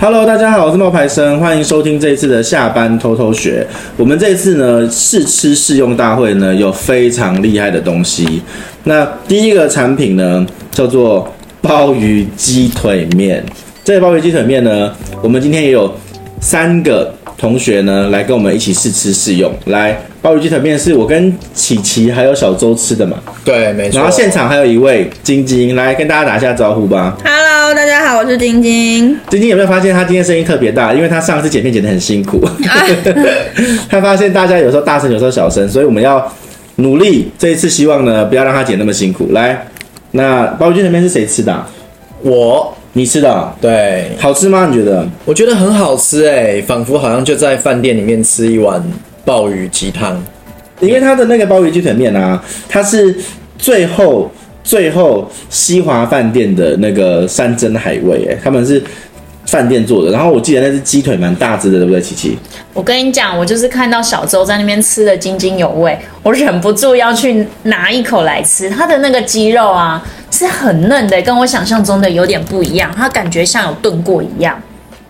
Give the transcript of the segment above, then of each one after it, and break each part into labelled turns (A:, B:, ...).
A: Hello，大家好，我是冒牌生，欢迎收听这一次的下班偷偷学。我们这一次呢试吃试用大会呢有非常厉害的东西。那第一个产品呢叫做鲍鱼鸡腿面。这个鲍鱼鸡腿面呢，我们今天也有三个同学呢来跟我们一起试吃试用。来，鲍鱼鸡腿面是我跟琪琪还有小周吃的嘛，
B: 对，没错。
A: 然后现场还有一位晶晶，来跟大家打一下招呼吧。
C: Hello，大家好，我是晶晶。
A: 晶晶有没有发现她今天声音特别大？因为她上次剪片剪得很辛苦，她发现大家有时候大声，有时候小声，所以我们要努力。这一次希望呢，不要让她剪那么辛苦。来，那鲍鱼卷那边是谁吃的啊、
B: 我
A: 你吃的啊、
B: 对
A: 好吃吗？你觉得？
B: 我觉得很好吃哎、仿佛好像就在饭店里面吃一碗鲍鱼鸡汤。
A: 因为它的那个鲍鱼鸡腿面啊，它是最后最后西华饭店的那个山珍海味、哎，他们是饭店做的。然后我记得那只鸡腿蛮大只的，对不对，琪琪？
D: 我跟你讲，我就是看到小周在那边吃的津津有味，我忍不住要去拿一口来吃。它的那个鸡肉啊，是很嫩的，跟我想象中的有点不一样。它感觉像有炖过一样。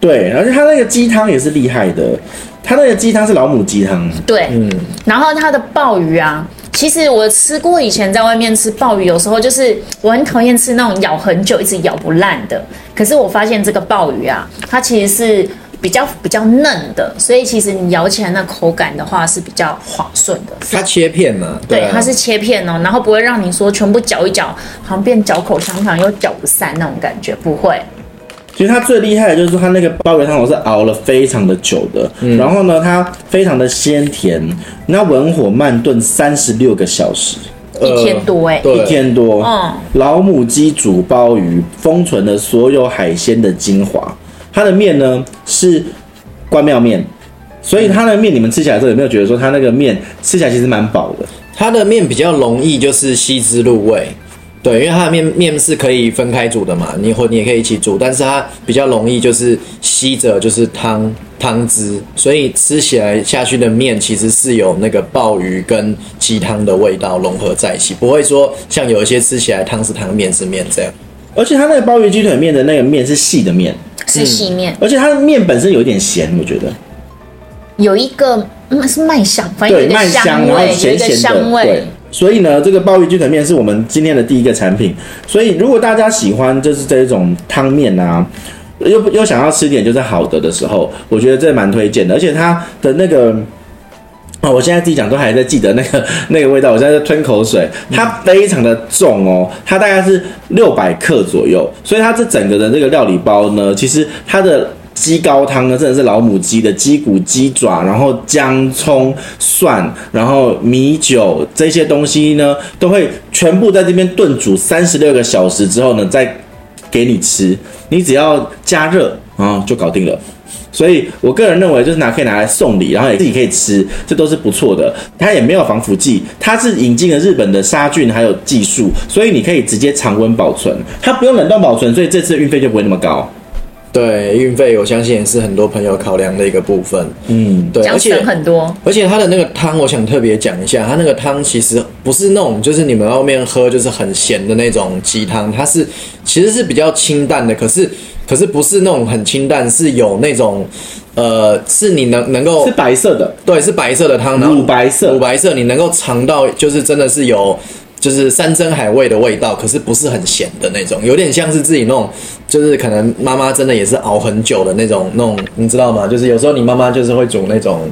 A: 对，而且它那个鸡汤也是厉害的，它那个鸡汤是老母鸡汤。
D: 对，
A: 嗯
D: 然后它的鲍鱼啊，其实我吃过，以前在外面吃鲍鱼，有时候就是我很讨厌吃那种咬很久一直咬不烂的。可是我发现这个鲍鱼啊，它其实是比较比较嫩的，所以其实你咬起来那口感的话是比较滑顺的。
B: 它切片嘛，
D: 对，
B: 啊
D: 它是切片哦，然后不会让你说全部嚼一嚼，好像变嚼口香糖又嚼不散那种感觉，不会。
A: 其实它最厉害的就是说它那个鲍鱼汤头是熬了非常的久的，然后呢，它非常的鲜甜，那文火慢炖三十六个小时，
D: 一天多欸
B: 对
A: 一天多。
D: 嗯，
A: 老母鸡煮鲍鱼，封存了所有海鲜的精华。它的面呢是关庙面，所以它的面你们吃起来的时候有没有觉得说它那个面吃起来其实蛮饱的？
B: 它的面比较容易就是吸之入味。对，因为它的面面是可以分开煮的嘛，你或你也可以一起煮，但是它比较容易就是吸着就是汤汤汁，所以吃起来下去的面其实是有那个鲍鱼跟鸡汤的味道融合在一起，不会说像有一些吃起来汤是汤面是面这样。
A: 而且它那个鲍鱼鸡腿面的那个面是细的面，
D: 是细面，
A: 而且它的面本身有一点咸，我觉得。
D: 有一个嗯是麦香，反正有
A: 对，
D: 一个
A: 麦香，然后
D: 味，有
A: 咸
D: 一个
A: 咸的，
D: 香
A: 对
D: 味。。
A: 所以呢，这个鲍鱼鸡腿面是我们今天的第一个产品。所以如果大家喜欢就是这种汤面啊，又不又想要吃点就是好的的时候，我觉得这蛮推荐的。而且它的那个，哦，我现在自己讲都还在记得那个那个味道，我现在在吞口水。它非常的重哦，它大概是六百克左右。所以它这整个的这个料理包呢，其实它的。鸡高汤呢，真的是老母鸡的鸡骨、鸡爪，然后姜、葱、蒜，然后米酒这些东西呢，都会全部在这边炖煮三十六个小时之后呢，再给你吃，你只要加热啊、就搞定了。所以我个人认为，就是拿可以拿来送礼，然后也自己可以吃，这都是不错的。它也没有防腐剂，它是引进了日本的杀菌还有技术，所以你可以直接常温保存，它不用冷冻保存，所以这次的运费就不会那么高。
B: 对，运费我相信也是很多朋友考量的一个部分。嗯，对，而
D: 讲
B: 且
D: 省很多，
B: 而且它的那个汤，我想特别讲一下，它那个汤其实不是那种就是你们外面喝就是很咸的那种鸡汤，它是其实是比较清淡的，可是可是不是那种很清淡，是有那种呃，是你能能够
A: 是白色的，
B: 对，是白色的汤，然后
A: 乳白色
B: 乳白色，你能够尝到就是真的是有就是山珍海味的味道，可是不是很咸的那种，有点像是自己弄，就是可能妈妈真的也是熬很久的那种那种，你知道吗？就是有时候你妈妈就是会煮那种，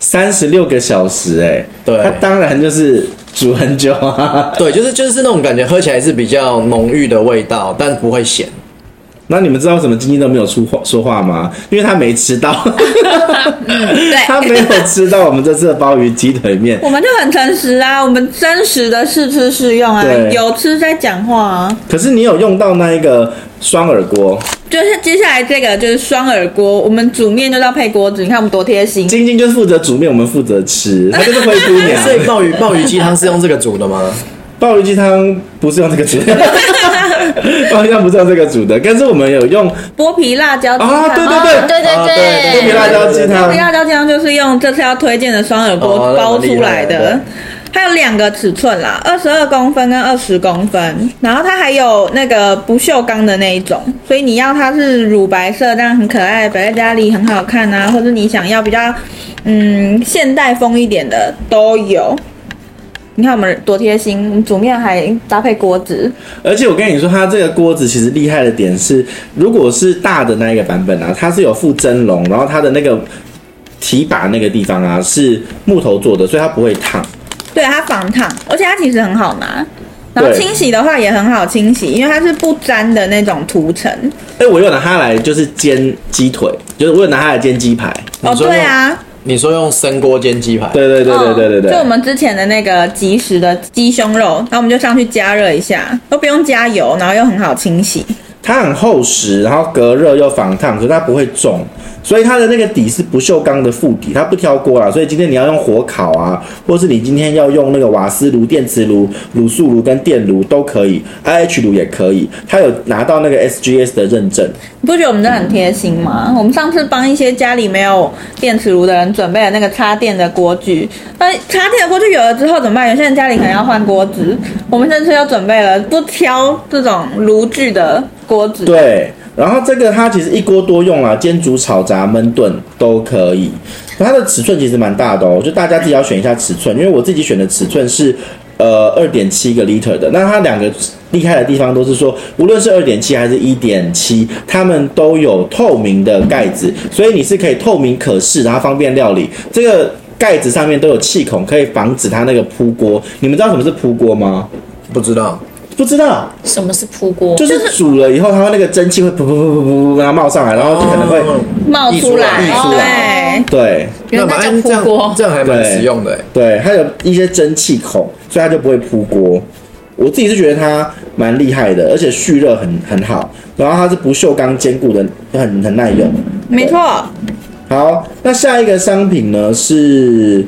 A: 三十六个小时、欸，哎，
B: 对
A: 它当然就是煮很久啊。
B: 对，就是就是那种感觉，喝起来是比较浓郁的味道，但不会咸。
A: 那你们知道为什么晶晶都没有出话说话吗？因为她没吃到， 她没有吃到我们这次的鲍鱼鸡腿面。
C: 我们就很诚实啊，我们真实的试吃试用啊
A: 对，
C: 有吃在讲话啊。
A: 可是你有用到那一个双耳锅，
C: 就是接下来这个就是双耳锅，我们煮面就到配锅子，你看我们多贴心。
A: 晶晶就是负责煮面，我们负责吃，她就是灰姑娘。
B: 所以鲍鱼鲍鱼鸡汤是用这个煮的吗？
A: 啊鲍鱼鸡汤不是用这个煮的， 鲍鱼鸡汤不是用这个煮的，但是我们有用
C: 剥皮辣椒鸡
A: 啊，
C: 汤，
A: 对对
C: 哦
A: 对，
D: 对对
B: 啊对
A: 剥皮辣椒鸡
C: 剥皮
A: 汤。
C: 辣椒鸡汤就是用这次要推荐的双耳锅
B: 嗯哦那
C: 包
B: 很厉
C: 出来
B: 害
C: 的
B: 对。
C: 它有两个尺寸啦，二十二公分跟二十公分，然后它还有那个不锈钢的那一种，所以你要它是乳白色，但很可爱，摆在家里很好看啊，或者你想要比较嗯现代风一点的都有。你看我们多贴心，我们煮面还搭配锅子，
A: 而且我跟你说，它这个锅子其实厉害的点是，如果是大的那一个版本啊，它是有附蒸笼，然后它的那个提把那个地方啊是木头做的，所以它不会烫。
C: 对它防烫，而且它其实很好拿。然后
A: 对
C: 清洗的话也很好清洗，因为它是不粘的那种涂层。
A: 哎，我有拿它来就是煎鸡腿，就是我有拿它来煎鸡排。
C: 哦，
B: 你说
C: 对
B: 用
C: 啊，
B: 你说用生锅煎鸡排，
A: 对对对对对对对，
C: 哦就我们之前的那个即食的鸡胸肉，然后我们就上去加热一下，都不用加油，然后又很好清洗。
A: 它很厚实，然后隔热又防烫，可是它不会重，所以它的那个底是不锈钢的副底，它不挑锅啦。所以今天你要用火烤啊，或是你今天要用那个瓦斯炉、电磁炉、卤素炉跟电炉都可以，IH 炉也可以。它有拿到那个 SGS 的认证，
C: 你不觉得我们真的很贴心吗？我们上次帮一些家里没有电磁炉的人准备了那个插电的锅具，但插电的锅具有了之后怎么办？有些人家里可能要换锅子，我们这次又准备了不挑这种炉具的锅子。
A: 对。然后这个它其实一锅多用啊，煎、煮、炒、炸、焖、炖都可以。它的尺寸其实蛮大的哦，就大家自己要选一下尺寸，因为我自己选的尺寸是呃二点七个 liter 的。那它两个厉害的地方都是说，无论是二点七还是一点七，它们都有透明的盖子，所以你是可以透明可视，然后方便料理。这个盖子上面都有气孔，可以防止它那个扑锅。你们知道什么是扑锅吗？
B: 不知道。
A: 不知道，
D: 什哦么是扑锅？
A: 就是煮了以后，它会那个蒸汽会噗噗噗噗噗，然后冒上来，然后就可能会、
B: 哦
C: 冒
B: 溢
C: 出来，
B: 溢
D: 出
C: 对
D: 来。
A: 对。
D: 原
B: 那
D: 来
B: 蛮这
D: 叫扑
B: 样
D: 锅
B: 这。样还蛮
A: 对
B: 实用的欸。
A: 对，它有一些蒸汽孔，所以它就不会扑锅。我自己是觉得它蛮厉害的，而且蓄热很很好，然后它是不锈钢坚固的，很很耐用。
C: 没错，
A: 好，那下一个商品呢是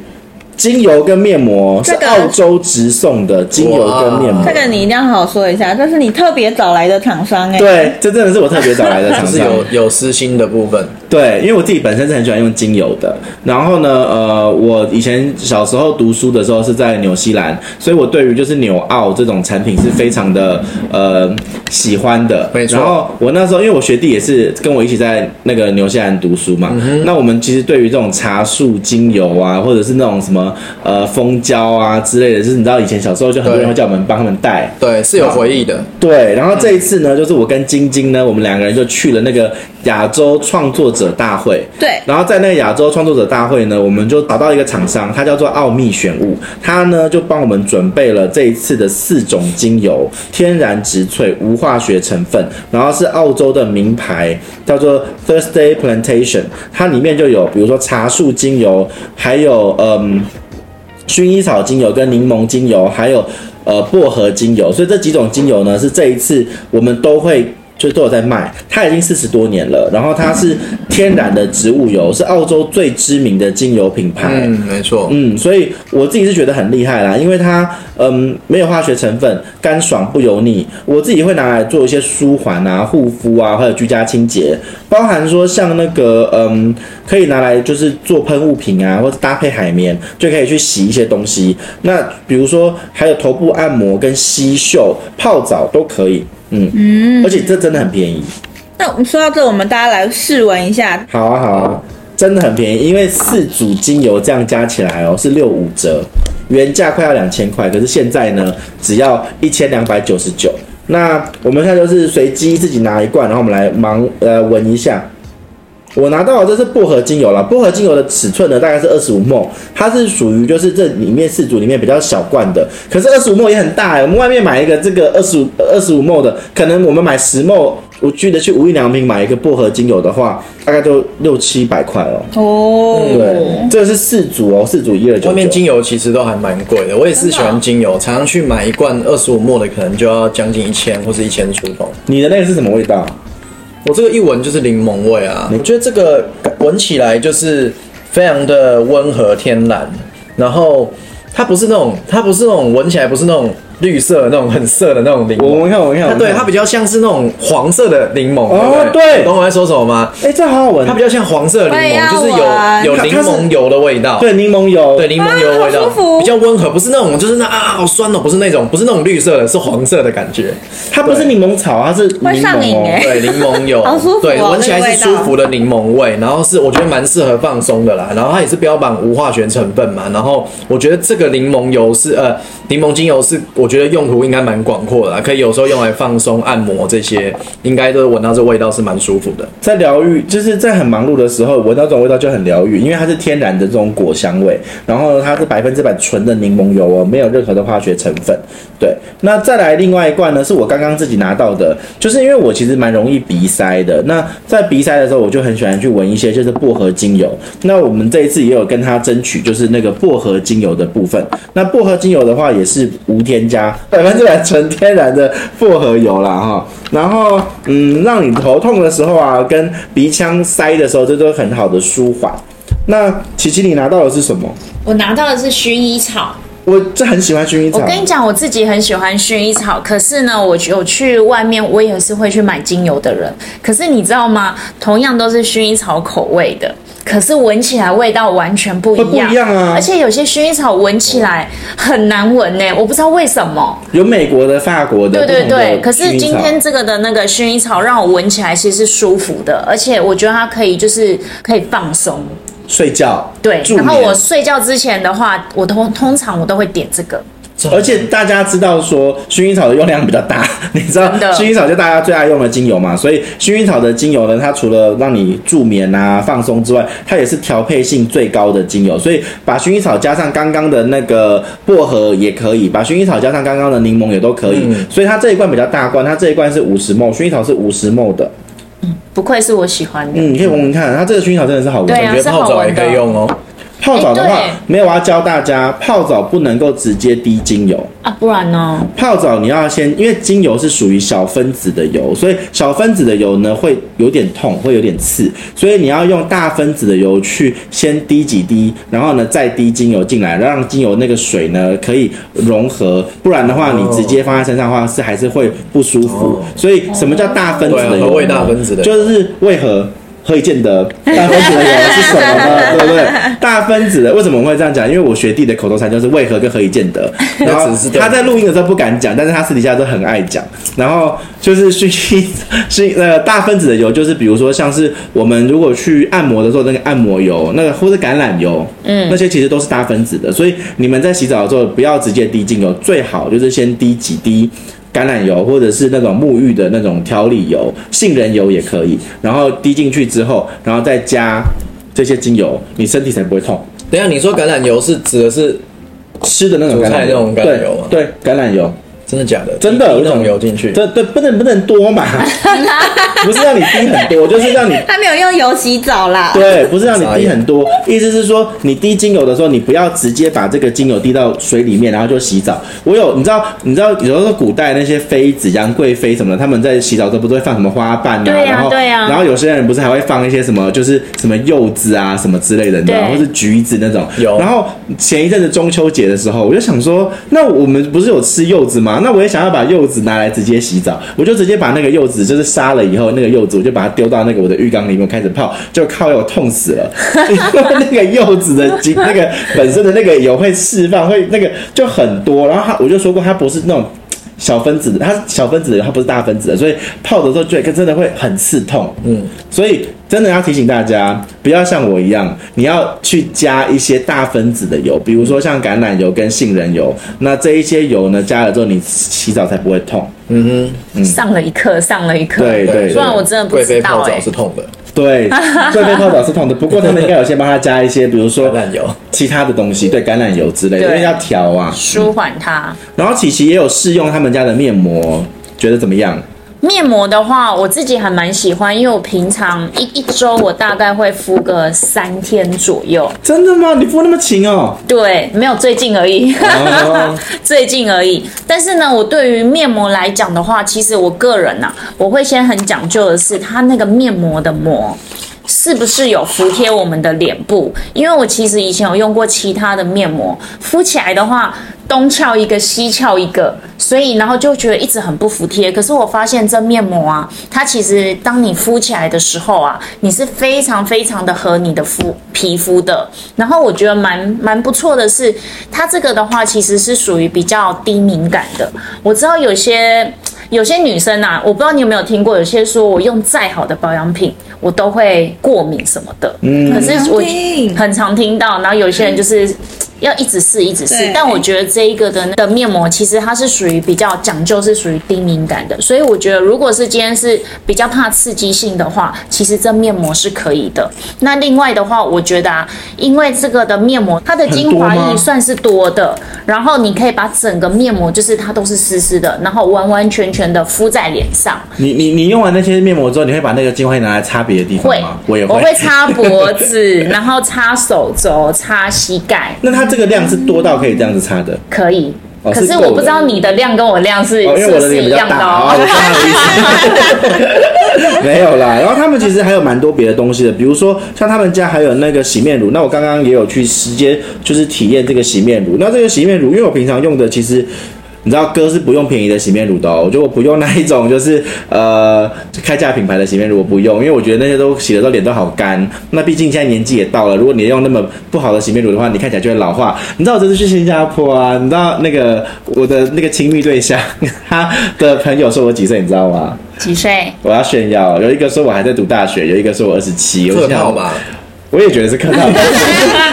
A: 精油跟面膜，是
C: 这个
A: 澳洲直送的精油跟面膜
B: 哇。
C: 这个你一定要好好说一下，这是你特别找来的厂商哎、
A: 对，这真的是我特别找来的
B: 就
A: 厂
B: 是
A: 商。
B: 有有私心的部分，
A: 对，因为我自己本身是很喜欢用精油的。然后呢，呃，我以前小时候读书的时候是在纽西兰，所以我对于就是纽澳这种产品是非常的呃喜欢的。
B: 没错
A: 然后我那时候因为我学弟也是跟我一起在那个纽西兰读书嘛，
B: 嗯
A: 那我们其实对于这种茶树精油啊，或者是那种什么呃蜂胶啊之类的，就是你知道以前小时候就很多人
B: 对
A: 会叫我们帮他们带。
B: 对，是有回忆的。
A: 对，然后这一次呢，就是我跟晶晶呢，我们两个人就去了那个亚洲创作者大会。
C: 对
A: 然后在那个亚洲创作者大会呢，我们就找到一个厂商，它叫做奥秘选物，它呢就帮我们准备了这一次的四种精油，天然植萃，无化学成分，然后是澳洲的名牌，叫做 Thursday Plantation，它里面就有比如说茶树精油，还有嗯薰衣草精油、跟柠檬精油，还有呃薄荷精油，所以这几种精油呢是这一次我们都会。就都有在卖，它已经四十多年了。然后它是天然的植物油，是澳洲最知名的精油品牌。
B: 嗯，没错。
A: 嗯，所以我自己是觉得很厉害啦，因为它嗯没有化学成分，干爽不油腻。我自己会拿来做一些舒缓啊、护肤啊，还有居家清洁，包含说像那个嗯可以拿来就是做喷雾瓶啊，或者搭配海绵就可以去洗一些东西。那比如说还有头部按摩跟吸嗅、泡澡都可以。嗯嗯，而且这真的很便宜。
C: 那我们说到这，我们大家来试闻一下，
A: 好啊好啊，真的很便宜，因为四组精油这样加起来哦是六五折，原价快要两千块，可是现在呢只要一千两百九十九。那我们现在就是随机自己拿一罐，然后我们来盲呃闻一下。我拿到的这是薄荷精油啦，薄荷精油的尺寸呢大概是二十五 ml，它是属于就是这里面四组里面比较小罐的，可是二十五 ml 也很大哎、我们外面买一个这个二十五二十五 ml 的，可能我们买十 ml，我记得去无印良品买一个薄荷精油的话，大概都六七百块哦。
C: 哦，
A: 对，这个是四组哦，四组一二九
B: 外面精
A: 九。
B: 油其实都还蛮贵的，我哦也是喜欢精油，常常去买一罐二十五沫的，可能就要将近一千或是一千出头。
A: 你的那个是什么味道？
B: 我这个一闻就是柠檬味啊，我觉得这个闻起来就是非常的温和天然，然后它不是那种它不是那种闻起来不是那种绿色的那种很涩的那种柠
A: 我
B: 檬。
A: 闻看，我闻看，
B: 它
A: 我
B: 对，
A: 看
B: 它比较像是那种黄色的柠檬。
A: 哦
B: 对不对，
A: 对
B: 你懂我在说什么吗？
A: 哎，这好好闻
B: 它，比较像黄色的
C: 我也
B: 柠
C: 要
B: 檬，就是
C: 闻
B: 有有
A: 它
B: 柠
A: 它是
B: 檬油的味道。
A: 对柠檬油，
B: 哦对，柠檬油的味道、
C: 啊好舒服
B: 比较温和，不是那种就是那啊好酸哦，不是那种不是那种绿色的，是黄色的感觉。
A: 它不是柠檬草，它是柠
C: 会上
A: 檬
C: 瘾
A: 哦
C: 欸。
B: 对，柠檬油，
C: 好舒服哦
B: 对，
C: 那个
B: 闻起来是舒服的柠檬味，然后是我觉得蛮适合放松的啦。然后它也是标榜无化学成分嘛，然后我觉得这个柠檬油是呃柠檬精油是我觉得用途应该蛮广阔的啦，可以有时候用来放松、按摩这些，应该都闻到这味道是蛮舒服的。
A: 在疗愈，就是在很忙碌的时候，闻到这种味道就很疗愈，因为它是天然的这种果香味，然后它是百分之百纯的柠檬油哦，没有任何的化学成分。对，那再来另外一罐呢，是我刚刚自己拿到的，就是因为我其实蛮容易鼻塞的，那在鼻塞的时候，我就很喜欢去闻一些就是薄荷精油。那我们这一次也有跟他争取，就是那个薄荷精油的部分。那薄荷精油的话，也是无添加，百分之百纯天然的薄荷油啦哈。然后，嗯，让你头痛的时候啊，跟鼻腔塞的时候，这都很好的舒缓。那琪琪，你拿到的是什么？
D: 我拿到的是薰衣草。
A: 我这很喜欢薰衣草啊
D: 我，跟你讲，我自己很喜欢薰衣草，可是呢，我有去外面，我也是会去买精油的人。可是你知道吗？同样都是薰衣草口味的，可是闻起来味道完全不一
A: 会
D: 样。
A: 不一样啊
D: 而且有些薰衣草闻起来很难闻呢、我不知道为什么。
A: 有美国的、法国的，
D: 对对
A: 不同的
D: 对，可是今
A: 薰
D: 天
A: 衣草
D: 这个的那个薰衣草让我闻起来其实是舒服的，而且我觉得它可以就是可以放松。
A: 睡觉
D: 对，
A: 助
D: 然后
A: 眠
D: 我睡觉之前的话，我通通常我都会点这个。
A: 而且大家知道说薰衣草的用量比较大， 你知道
D: 真的
A: 薰衣草就大家最爱用的精油嘛，所以薰衣草的精油呢，它除了让你助眠啊、放松之外，它也是调配性最高的精油，所以把薰衣草加上刚刚的那个薄荷也可以，把薰衣草加上刚刚的柠檬也都可以，
D: 嗯
A: 所以它这一罐比较大罐，它这一罐是五十 ml，薰衣草是五十 ml 的，
D: 不愧是我喜欢的。
A: 嗯，你可以闻闻看，它这个薰衣草真的是好闻
D: 对，
B: 我
D: 啊
B: 觉得泡澡也可以用哦，
A: 泡澡的话
D: 哎对
A: 没有，我要教大家泡澡不能够直接滴精油。
D: 啊，不然呢？
A: 泡澡你要先，因为精油是属于小分子的油，所以小分子的油呢会有点痛，会有点刺，所以你要用大分子的油去先滴几滴，然后呢再滴精油进来，让精油那个水呢可以融合，不然的话你直接放在身上的话是还是会不舒服
B: 哦。
A: 所以什么叫大分子的
B: 对啊
A: 油？
B: 何谓大分子的油
A: 就是为何？何以见得大分子的油是什么呢？ 对不对？大分子的为什么我会这样讲？因为我学弟的口头禅就是为何跟何以见 得，然后
B: 只是对
A: 他在录音的时候不敢讲，但是他私底下都很爱讲。然后就是熏熏熏呃大分子的油，就是比如说像是我们如果去按摩的时候，那个按摩油，那个或是橄榄油，嗯，那些其实都是大分子的。所以你们在洗澡的时候不要直接滴精油，最好就是先滴几滴。橄榄油或者是那种沐浴的那种调理油、杏仁油也可以，然后滴进去之后，然后再加这些精油，你身体才不会痛。
B: 等一下你说橄榄油是指的是
A: 吃的那种橄
B: 煮菜
A: 榄
B: 那种橄榄油啊吗
A: 对对，橄榄油。
B: 真的假的？
A: 真的
B: 滴
A: 有
B: 那
A: 种
B: 种油进去，
A: 这对不能不能多 嘛，不是让你滴很多，就是让你
C: 他没有用油洗澡啦。
A: 对，不是让你滴很多，意思是说你滴精油的时候，你不要直接把这个精油滴到水里面，然后就洗澡。我有，你知道，你知道，有的时候古代那些妃子、杨贵妃什么的，他们在洗澡的时候不都会放什么花瓣啊？
D: 对啊
A: 然后
D: 对啊
A: 然后有些人不是还会放一些什么，就是什么柚子啊什么之类的，你知道吗，
D: 对
A: 或是橘子那种。
B: 有
A: 然后前一阵子中秋节的时候，我就想说，那我们不是有吃柚子吗？那我也想要把柚子拿来直接洗澡，我就直接把那个柚子就是杀了以后，那个柚子我就把它丢到那个我的浴缸里面我开始泡，就靠我痛死了，因为那个柚子的精那个本身的那个油会释放，会那个就很多。然后它我就说过，它不是那种。小分子的，它是小分子的，它不是大分子的，所以泡的时候就真的会很刺痛。嗯，所以真的要提醒大家，不要像我一样，你要去加一些大分子的油，比如说像橄榄油跟杏仁油。那这一些油呢，加了之后你洗澡才不会痛。
D: 上了一课，上了一课。
A: 嗯对对
D: 不然我真的不
B: 贵妃
D: 知
B: 泡
D: 道
B: 澡
D: 哎、
B: 是痛的，
A: 对，贵妃泡澡是痛的，不过他们应该有先帮他加一些，比如说
B: 橄榄油。
A: 其他的东西，对，橄榄油之类的，因
D: 对
A: 为要调啊。
D: 舒缓它。
A: 然后琪琪也有试用他们家的面膜，觉得怎么样？
D: 面膜的话，我自己还蛮喜欢，因为我平常一一周我大概会敷个三天左右。
A: 真的吗？你敷那么勤哦？
D: 对，没有最近而已，
A: 哦
D: 最近而已。但是呢，我对于面膜来讲的话，其实我个人呐、啊我会先很讲究的是它那个面膜的膜。是不是有服贴我们的脸部？因为我其实以前有用过其他的面膜，敷起来的话，东翘一个西翘一个，所以然后就觉得一直很不服帖。可是我发现这面膜啊，它其实当你敷起来的时候啊，你是非常非常的合你的肤皮肤的。然后我觉得蛮蛮不错的是，它这个的话其实是属于比较低敏感的。我知道有些有些女生啊，我不知道你有没有听过，有些说我用再好的保养品，我都会过敏什么的。嗯，可是我
C: 很常听
D: 很常听到，然后有些人就是。要一直试，一直试
C: 对。
D: 但我觉得这一个的的面膜，其实它是属于比较讲究，是属于低敏感的。所以我觉得，如果是今天是比较怕刺激性的话，其实这面膜是可以的。那另外的话，我觉得啊，因为这个的面膜，它的精华
A: 很多吗
D: 液算是多的，然后你可以把整个面膜，就是它都是湿湿的，然后完完全全的敷在脸上。
A: 你你你用完那些面膜之后，你会把那个精华液拿来擦别的地方
D: 会
A: 吗？，我也
D: 我会擦脖子， 然后擦手肘，擦膝盖。
A: 那它这个量是多到可以这样子擦的？
D: 可以。
A: 哦
D: 可
A: 是
D: 是
A: 够的
D: 我不知道你的量跟我量是
A: 哦，因为
D: 是
A: 我
D: 不
A: 的
D: 是
A: 脸
D: 一
A: 比较
D: 样的
A: 大，哦，
D: 哦
A: 我。知道你的意思。 没有啦，然后他们其实还有蛮多别的东西的，比如说像他们家还有那个洗面乳，那我刚刚也有去直接就是体验这个洗面乳。那这个洗面乳，因为我平常用的其实。你知道哥是不用便宜的洗面乳的哦，就我不用那一种就是呃开价品牌的洗面乳，我不用，因为我觉得那些都洗的时候脸都好干。那毕竟现在年纪也到了，如果你用那么不好的洗面乳的话，你看起来就会老化。你知道我这次去新加坡啊，你知道那个我的那个亲密对象， 他的朋友说我几岁，你知道吗？
D: 几岁？
A: 我要炫耀，有一个说我还在读大学，有一个说我二十七，
B: 客
A: 我
B: 套
A: 想
B: 嘛，
A: 我也觉得是客套，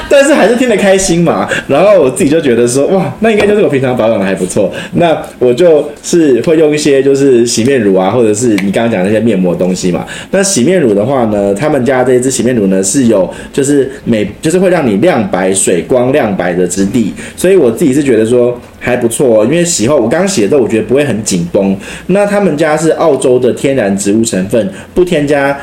A: 但是还是听得开心嘛。然后我自己就觉得说，哇，那应该就是我平常保养的还不错。那我就是会用一些就是洗面乳啊，或者是你刚刚讲的那些面膜的东西嘛。那洗面乳的话呢，他们家这一支洗面乳呢是有就是美就是会让你亮白、水光、亮白的质地，所以我自己是觉得说。还不错、哦，因为洗后我刚洗的时候，我觉得不会很紧绷。那他们家是澳洲的天然植物成分，不添加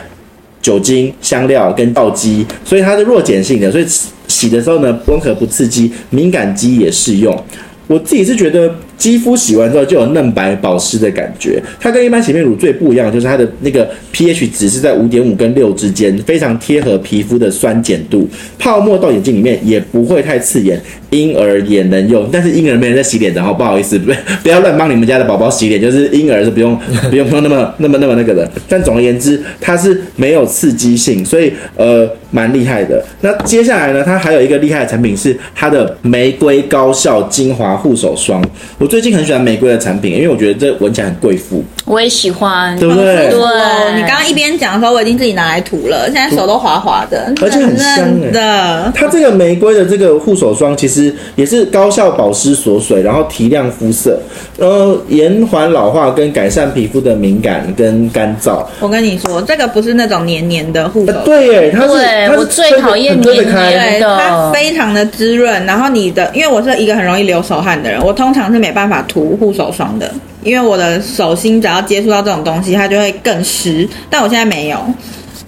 A: 酒精、香料跟皂基，所以它是弱碱性的，所以洗的时候呢，温和不刺激，敏感肌也适用。我自己是觉得肌肤洗完之后就有嫩白保湿的感觉，它跟一般洗面乳最不一样的就是它的那个 pH 值是在五点五跟六之间，非常贴合皮肤的酸碱度，泡沫到眼睛里面也不会太刺眼，婴儿也能用，但是婴儿没人在洗脸的哦，不好意思，不 不要乱帮你们家的宝宝洗脸，就是婴儿是不用 不用不用那么那么那么那个的。但总而言之，它是没有刺激性，所以呃蛮厉害的。那接下来呢，它还有一个厉害的产品是它的玫瑰高效精华护手霜。我最近很喜欢玫瑰的产品，因为我觉得这闻起来很贵妇，
D: 我也喜欢。
A: 对不对？
D: 对
C: 哦，你刚刚一边讲的时候，我已经自己拿来涂了，现在手都滑滑的，
A: 而且很香欸
C: 嫩的。
A: 它这个玫瑰的这个护手霜其实也是高效保湿锁水，然后提亮肤色，呃，延缓老化跟改善皮肤的敏感跟干燥。
C: 我跟你说，这个不是那种黏黏的护手
A: 呃，，对耶，它是
D: 对
A: 它是
D: 我最
A: 推得
D: 讨厌
A: 很推得
D: 黏
A: 开
D: 黏
C: 对，
D: 真的
C: 它非常的滋润。然后你的，因为我是一个很容易流手汗的人，我通常是没办法涂护手霜的，因为我的手心只要接触到这种东西，它就会更湿。但我现在没有，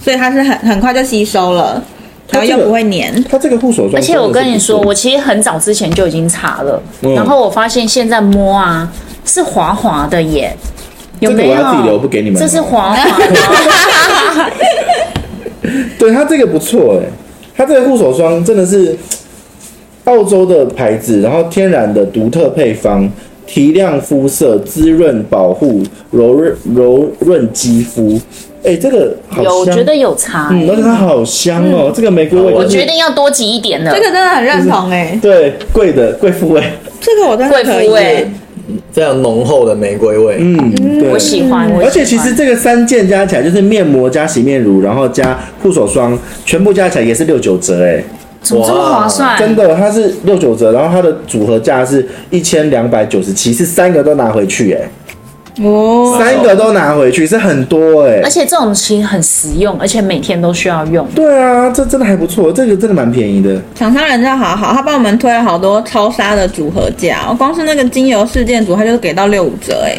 C: 所以它是很很快就吸收了，
A: 它
C: 然
A: 这
C: 后又
A: 个
C: 不会黏。
A: 它这个护手霜
D: 而
A: 真的是不错，
D: 且我跟你说，我其实很早之前就已经擦了，
A: 嗯
D: 然后我发现现在摸啊是滑滑的耶，有
A: 这个
D: 没
A: 我要自己留，
D: 有
A: 不？给你们。
D: 这是滑滑 的，
A: 对它这个不错哎，它这个护手霜真的是澳洲的牌子，然后天然的独特配方，提亮肤色，滋润保护，柔润柔润肌肤。哎，这个好香，
D: 有我觉得有差耶。
A: 嗯，而且它好香哦，这个玫瑰味、
D: 我
A: 就是
D: 决定要多挤一点了
C: 这。个真的很认同哎、
A: 对贵的贵妇味，
C: 这个我真的
D: 贵妇
C: 可以、
D: 味
C: 欸。
B: 非常浓厚的玫瑰味。
A: 嗯，对，
D: 我喜欢，我喜欢
A: 而且其实这个三件加起来就是面膜加洗面乳，然后加护手霜，全部加起来也是六九折哎，
D: 怎么这么划算？
A: 真的，它是六九折，然后它的组合价是一千两百九十七，是三个都拿回去哎、
C: 哦，
A: 三个都拿回去是很多哎、
D: 而且这种其实很实用，而且每天都需要用。
A: 对啊，这真的还不错，这个真的蛮便宜的。
C: 厂商人真的好好，他帮我们推了好多超杀的组合价哦、光是那个精油事件组，他就给到六五折哎、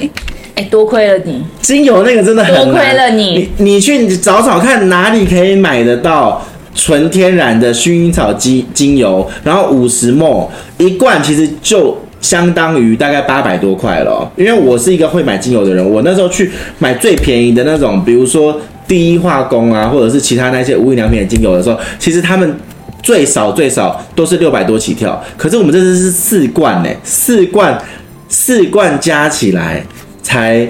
D: 哎，多亏了你，
A: 精油那个真的很难
D: 多亏了你，
A: 你你去找找看哪里可以买得到纯天然的薰衣草精精油，然后五十 ml 一罐，其实就。相当于大概八百多块了哦、因为我是一个会买精油的人，我那时候去买最便宜的那种，比如说第一化工啊，或者是其他那些无印良品的精油的时候，其实他们最少最少都是六百多起跳，可是我们这次是四罐呢、四罐四罐加起来才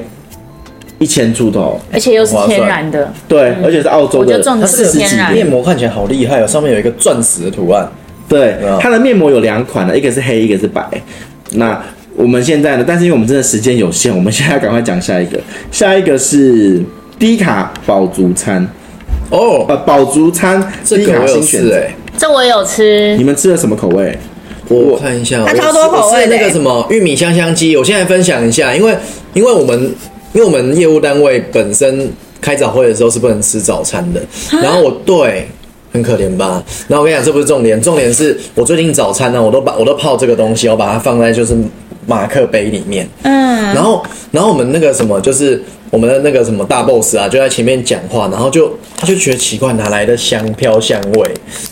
A: 一千出头，
D: 哎而且又是
B: 划算
D: 天然的，
A: 对，而且是澳洲
D: 嗯我就
A: 的，
D: 中
B: 它
D: 的
B: 四
D: 是
B: 十
D: 天
B: 几
D: 然
B: 面膜看起来好厉害哦，上面有一个钻石的图案，
A: 对
B: 对啊，
A: 它的面膜有两款啊的，一个是黑，一个是白。那我们现在呢？但是因为我们真的时间有限，我们现在赶快讲下一个。下一个是低卡饱足餐，
B: 哦，
A: 呃，饱足餐
B: 这
A: 低
B: 个
A: 卡
B: 我有
A: 新选
B: 吃
A: 择。
B: 哎，
D: 这我有吃
A: 你，们吃了什么口味？
B: 我看一下，
C: 它
B: 我
C: 超多口味
B: 我
C: 的
B: 是那个什么玉米香香鸡，我现在分享一下，因为因为我们因为我们业务单位本身开早会的时候是不能吃早餐的，然后我对。很可怜吧？然后我跟你讲，这不是重点，重点是我最近早餐呢、啊我都把我都泡这个东西，我把它放在就是马克杯里面，
C: 嗯，
B: 然后，然后我们那个什么，就是我们的那个什么大 boss 啊，就在前面讲话，然后就他就觉得奇怪，哪来的香飘香味？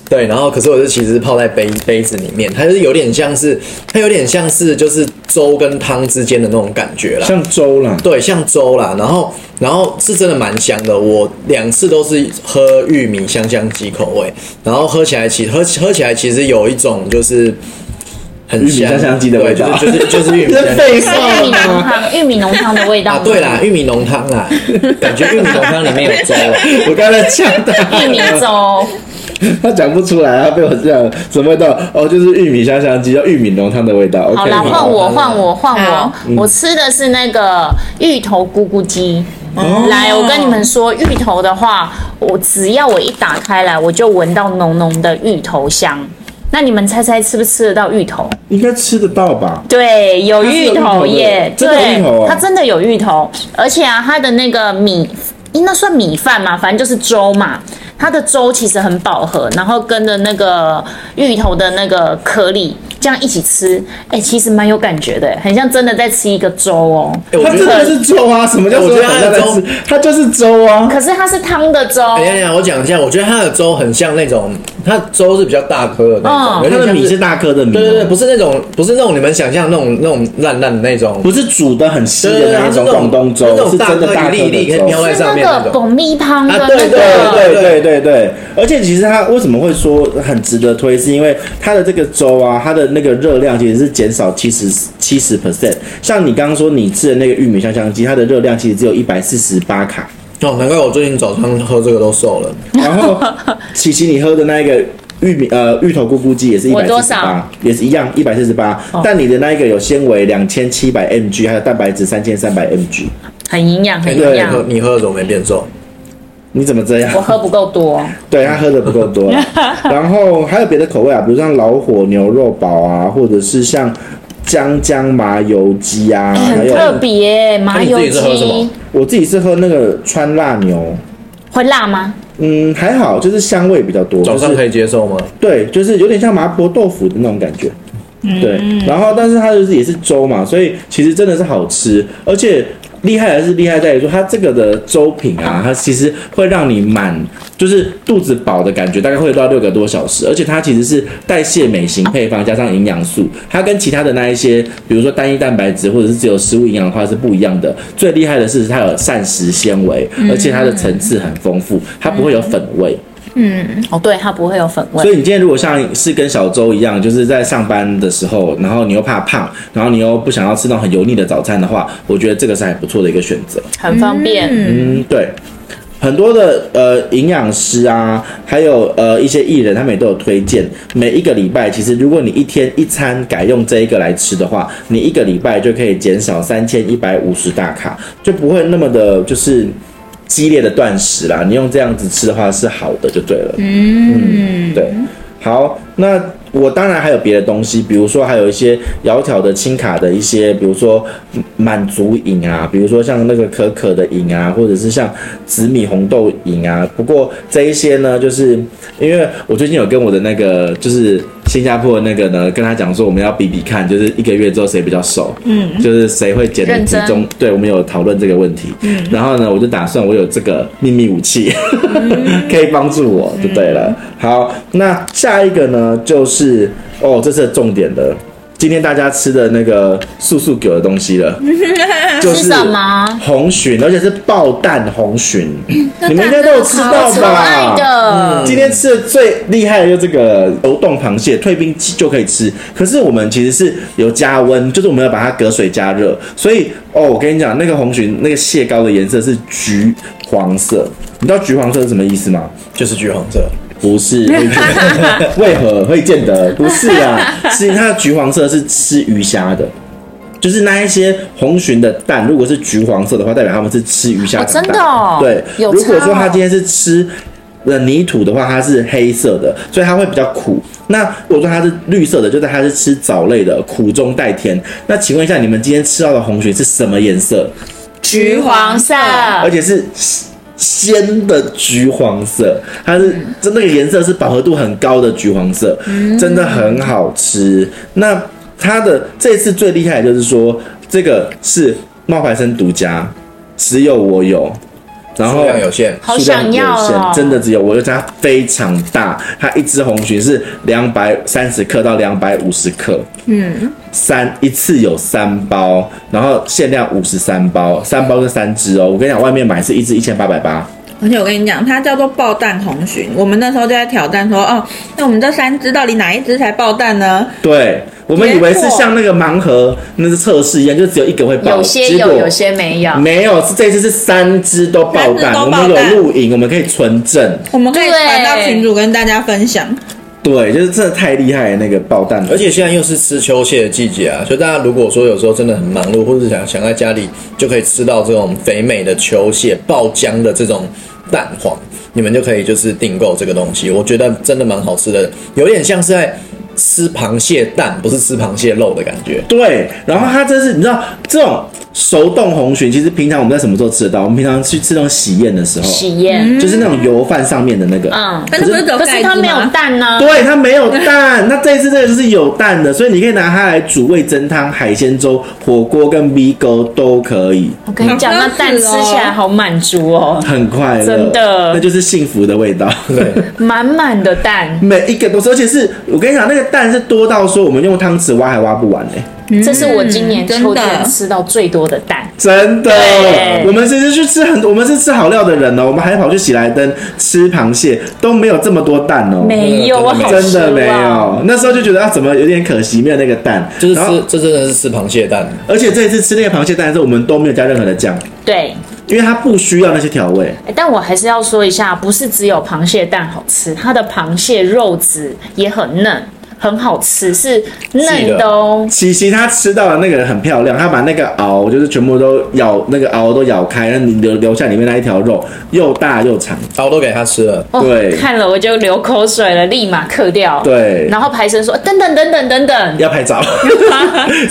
B: 对，然后可是我就其实泡在杯杯子里面，它就是有点像是，它有点像是就是粥跟汤之间的那种感觉啦。
A: 像粥啦，
B: 对，像粥啦，然后然后是真的蛮香的，我两次都是喝玉米香香鸡口味，然后喝起来其喝喝起来其实有一种就是很
A: 玉米香香鸡的味道
B: 对就是就是就是玉米香香 鸡
A: 废
D: 玉米浓
A: 吗？
D: 汤，玉米浓汤的味道。
B: 啊，对啦，，玉米浓 汤啦，感觉玉米浓汤里面有粥啊。
A: 我刚才呛他，
D: 玉米粥，
A: 他讲不出来，他被我这样什么味道？哦，就是玉米香香鸡，叫玉米浓汤的味道。
D: 好
A: OK，
D: 啦，换
B: 好
D: 我，换我，换我
C: 好，
A: 嗯
D: 我吃的是那个芋头咕咕鸡。来，我跟你们说，芋头的话，我只要我一打开来，我就闻到浓浓的芋头香。那你们猜猜吃不吃得到芋头？
A: 应该吃得到吧？
D: 对，有芋头耶，
A: 它是有芋头的真的有芋头哦
D: 对，它真的有芋头，而且啊，它的那个米，应那算米饭嘛，反正就是粥嘛。它的粥其实很饱和，然后跟着那个芋头的那个颗粒这样一起吃，哎、其实蛮有感觉的，很像真的在吃一个粥哦。
B: 哎我
A: 它
B: 觉
A: 真
B: 得，
A: 的是粥啊！什么叫
B: 我觉
A: 说
B: 得
A: 它
B: 它的
A: 在
B: 粥
A: 吃？它就是粥啊！
D: 可是它是汤的粥，
B: 哎呀呀，我讲一下，我觉得它的粥很像那种，它的粥是比较大颗的那种，
D: 嗯
B: 有
A: 它
B: 点
A: 的
B: 像
A: 米是。嗯大颗的米，啊
B: 对对对，不是那种，不是那种你们想象那种那种烂烂的那种，
A: 不是煮的很稀
B: 对对
A: 的
B: 对，它
A: 那
B: 是
A: 种
B: 那
A: 广东
B: 那
A: 粥，
B: 种
A: 是
B: 大
A: 真的大
B: 颗
A: 颗
B: 一粒一粒可
A: 的
B: 以
A: 粥。
B: 飘在
D: 是
B: 上面
D: 那
B: 那
D: 个
B: 种。
D: 巩蜜汤的
B: 啊
D: 那
B: 对
D: 个。
A: 对对对对，而且其实它为什么会说很值得推，是因为它的这个粥啊，它的那个热量其实是减少七十七十 percent。像你刚刚说你吃的那个玉米香香鸡，它的热量其实只有一百四十八卡。
B: 哦，难怪我最近早上喝这个都瘦了。
A: 然后琪琪你喝的那一个玉米呃芋头咕咕鸡也是一
D: 我
A: 百
D: 多
A: 四十
D: 少哦
A: 八，也是一样一百四十八，但你的那一个有纤维两千七百 mg，还有蛋白质三千三百 mg，
D: 很营养，
B: 哎
D: 很
B: 那
D: 营
B: 你
D: 养。
B: 喝你喝了怎么没变瘦？
A: 你怎么这样？
D: 我喝不够多，
B: 哎
A: 对他喝的不够多 啦，然后还有别的口味啊，比如像老火牛肉堡啊，或者是像姜姜麻油鸡啊，还
D: 哎很
A: 有
D: 特别、麻
B: 那你
D: 油
B: 自己是喝什
D: 鸡
B: 么，
A: 我自己是喝那个川辣牛，
D: 会辣吗？
A: 嗯，还好，就是香味比较多，
B: 早
A: 就
B: 上
A: 是
B: 可以接受吗？
A: 对，就是有点像麻婆豆腐的那种感觉。对，然后但是它就是也是粥嘛，所以其实真的是好吃，而且厉害的是厉害在于说它这个的粥品啊，它其实会让你满，就是肚子饱的感觉，大概会到六个多小时，而且它其实是代谢美型配方加上营养素，它跟其他的那一些，比如说单一蛋白质或者是只有食物营养的话是不一样的。最厉害的是它有膳食纤维，而且它的层次很丰富，它不会有粉味。
D: 哦，对，它不会有粉
A: 所
D: 味。
A: 以你今天如果像是跟小周一样，就是在上班的时候，然后你又怕胖，然后你又不想要吃那种很油腻的早餐的话，我觉得这个是还不错的一个选择。
D: 很方便。
A: 嗯，对。很多的呃营养师啊，还有呃一些艺人，他们也都有推荐。每一个礼拜，其实如果你一天一餐改用这一个来吃的话，你一个礼拜就可以减少三千一百五十大卡，就不会那么的就是激烈的断食啦。你用这样子吃的话是好的，就对了。嗯，对。好，那我当然还有别的东西，比如说还有一些窈窕的轻卡的一些，比如说嗯满足饮啊，比如说像那个可可的饮啊，或者是像紫米红豆饮啊。不过这一些呢，就是因为我最近有跟我的那个就是新加坡的那个呢，跟他讲说我们要比比看，就是一个月之后谁比较瘦，嗯，就是谁会减的
D: 认
A: 体
D: 真
A: 重。对，我们有讨论这个问题。嗯，然后呢，我就打算我有这个秘密武器。 可以帮助我就对了。好，那下一个呢，就是哦，这是重点的，今天大家吃的那个素素给的东西 了，就是
D: 是什么
A: 红鲟，而且是爆蛋红 鲟，你们应该都有吃到
D: 超爱
A: 吧？嗯
D: 的，
A: 今天吃的最厉害的就是这个流动螃蟹，退冰就可以吃。可是我们其实是有加温，就是我们要把它隔水加热。所以哦，我跟你讲，那个红鲟那个蟹膏的颜色是橘黄色，你知道橘黄色是什么意思吗？
B: 就是橘黄色，
A: 不 是，啊会见得为何会见得？不是啊，是它的橘黄色是吃鱼虾的。就是那一些红鲟的蛋，如果是橘黄色的话，代表它们是吃鱼虾
D: 哦
A: 的蛋、
D: 真的哦
A: 对，
D: 有
A: 如果
D: 差
A: 说它
D: 哦
A: 今天是吃的泥土的话，它是黑色的，所以它会比较苦。那如果说它是绿色的，就是它是吃藻类的，苦中带甜。那请问一下，你们今天吃到的红鲟是什么颜色？
D: 橘黄色，
A: 而且是鲜的橘黄色，它是真那个颜色是饱和度很高的橘黄色，
D: 嗯
A: 真的很好吃。那它的这次最厉害的就是说，这个是冒牌生独家，只有我有，然后
B: 数量有限，
D: 好
A: 数量
D: 想要
A: 有限
D: 哦
A: 真的只有我，而且它非常大，它一只红鲟是两百三十克到两百五十克，嗯，三一次有三包，然后限量五十三包，三包是三只哦。我跟你讲，外面买是一只一千八百八，
C: 而且我跟你讲，它叫做爆蛋红鲟。我们那时候就在挑战说，哦，那我们这三只到底哪一只才爆蛋呢？
A: 对。我们以为是像那个盲盒那是测试一样，就只有一嗯个会爆，
D: 有些
A: 结果
D: 有，有些没有。
A: 没有，是这次是三只都爆
C: 三
A: 蛋。
C: 只
A: 我
C: 都爆蛋
A: 们有录影，我们可以存证。
C: 我们可以
D: 对
C: 传到群主跟大家分享。
A: 对，就是真的太厉害了那个爆蛋，
B: 而且现在又是吃秋蟹的季节啊，所以大家如果说有时候真的很忙碌，或者想想在家里就可以吃到这种肥美的秋蟹爆浆的这种蛋黄，你们就可以就是订购这个东西，我觉得真的蛮好吃的，有点像是在吃螃蟹蛋，不是吃螃蟹肉的感觉。
A: 对，然后它真是你知道这种熟冻红鲟，其实平常我们在什么时候吃得到？我们平常去吃那种喜宴的时候，
D: 喜宴，
A: 就是那种油饭上面的那个。
D: 嗯，
C: 但是不是只有
D: 可
C: 盖
D: 是
C: 子吗
D: 它没有蛋呢，
A: 对，它没有蛋，那这一次这个就是有蛋的，所以你可以拿它来煮味增汤、海鲜粥、火锅跟米糕都可以，
D: 我跟你讲，
C: 好
D: 那
C: 像
D: 蛋
C: 是
D: 吃
C: 哦
D: 起来好满足哦，
A: 很快乐，
D: 真的
A: 那就是幸福的味道。
B: 对，
A: 嗯
D: 满满的蛋，
A: 每一个都是，而且是我跟你讲，那个蛋是多到说我们用汤匙挖还挖不完哎、
D: 这是我今年秋
C: 真
D: 天
C: 的
D: 吃到最多的蛋。
A: 真的
D: 对，
A: 我们其实去吃很，我们是吃好料的人哦，我们还跑去喜来登吃螃蟹，都没有这么多蛋哦，
D: 没有，我啊好
A: 真
D: 失
A: 的
D: 望
A: 没有，那时候就觉得啊，怎么有点可惜，没有那个蛋，
B: 就是
A: 然后
B: 吃，这真的是吃螃蟹蛋。
A: 而且这一次吃那个螃蟹蛋的时候，我们都没有加任何的酱，
D: 对，
A: 因为它不需要那些调味。
D: 欸但我还是要说一下，不是只有螃蟹蛋好吃，它的螃蟹肉质也很嫩，很好吃，是嫩的哦。
A: 琪琪她吃到的那个很漂亮，她把那个螯就是全部都咬，那个螯都咬开，让你留留下里面那一条肉，又大又长。
B: 啊，我都给他吃了。
D: 哦
A: 对
D: 看了我就流口水了，立马嗑掉。
A: 对
D: 然后排生说呃等等等等等等，
A: 要拍照，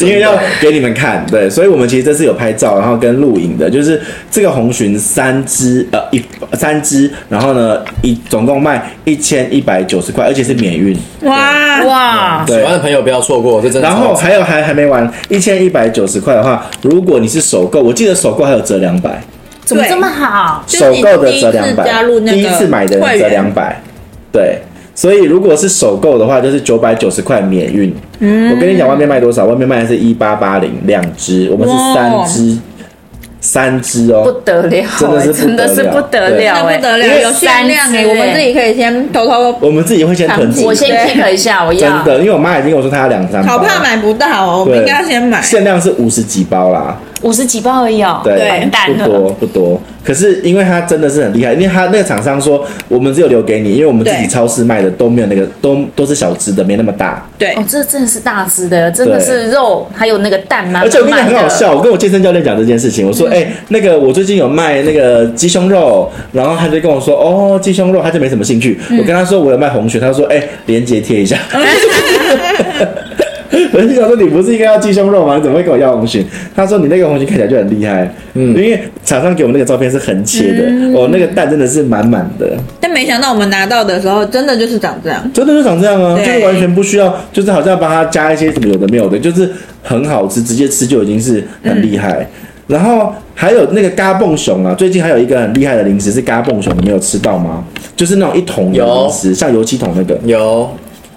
A: 因为要给你们看。对，所以我们其实这次有拍照，然后跟录影的，就是这个红鲟三只，呃，一三只，然后呢，一总共卖一千一百九十块，而且是免运。
C: 哇，
D: 哇，
A: 对
B: 喜欢的朋友不要错过，这真的
A: 然
B: 超好
A: 后
B: 吃。
A: 还有还还没完，一千一百九十块的话，如果你是首购，我记得首购还有折两百，
D: 怎么这么好？
C: 就
A: 首
C: 是你
A: 购的
C: 第一
A: 折
C: 次
A: 两百
C: 加入，那个
A: 第一次买的人
C: 会
A: 折
C: 员
A: 两百，对。所以如果是首购的话，就是九百九十块免运。嗯，我跟你讲，外面卖多少？外面卖的是一八八零两只，我们是三
C: 哇
A: 只，三只
D: 不
A: 哦。
D: 得了、
A: 真的是
D: 欸，真的是
A: 不
D: 不
A: 得
D: 得
A: 了
D: 了、
C: 那
D: 欸，
C: 不得
D: 因
C: 了，
D: 为
C: 有限量
D: 三
C: 哎，
D: 只
C: 我们自己可以先偷偷，
A: 我们自己会先囤积，
D: 我先
C: 对
D: pick 一下，我
A: 真
D: 要
A: 的，因为我妈已经跟我说她要两三包，
C: 好怕买啊不到哦，我们
A: 对，
C: 应该要先买。
A: 限量是五十几包啦。
D: 五十几包而已哦，
A: 对
C: 对，
D: 蛋
A: 不
D: 了
A: 多不多。可是因为它真的是很厉害，因为它那个厂商说我们只有留给你，因为我们自己
C: 对
A: 超市卖的都没有那个都都是小只的，没那么大。
C: 对
D: 哦，，这真的是大只的，真的
A: 对
D: 是肉，还有那个蛋满满
A: 而且我跟你讲很好
D: 的
A: 笑，我跟我健身教练讲这件事情，我说哎、那个我最近有卖那个鸡胸肉，然后他就跟我说哦鸡胸肉，他就没什么兴趣。我跟他说我有卖红鲟，他说哎链接贴一下。 我就想说，你不是应该要鸡胸肉吗？你怎么会跟我要红鲟？他说你那个红鲟看起来就很厉害，嗯，因为厂商给我们那个照片是横切的，哦，那个蛋真的是满满的，
C: 但没想到我们拿到的时候，真的就是长这样。
A: 真的就长这样啊，就
C: 对
A: 是完全不需要，就是好像帮它加一些什么有的没有的，就是很好吃，直接吃就已经是很厉害。
C: 嗯
A: 然后还有那个嘎蹦熊啊，最近还有一个很厉害的零食是嘎蹦熊，你没有吃到吗？就是那种一桶的
B: 有
A: 零食，像油漆桶那个，
B: 有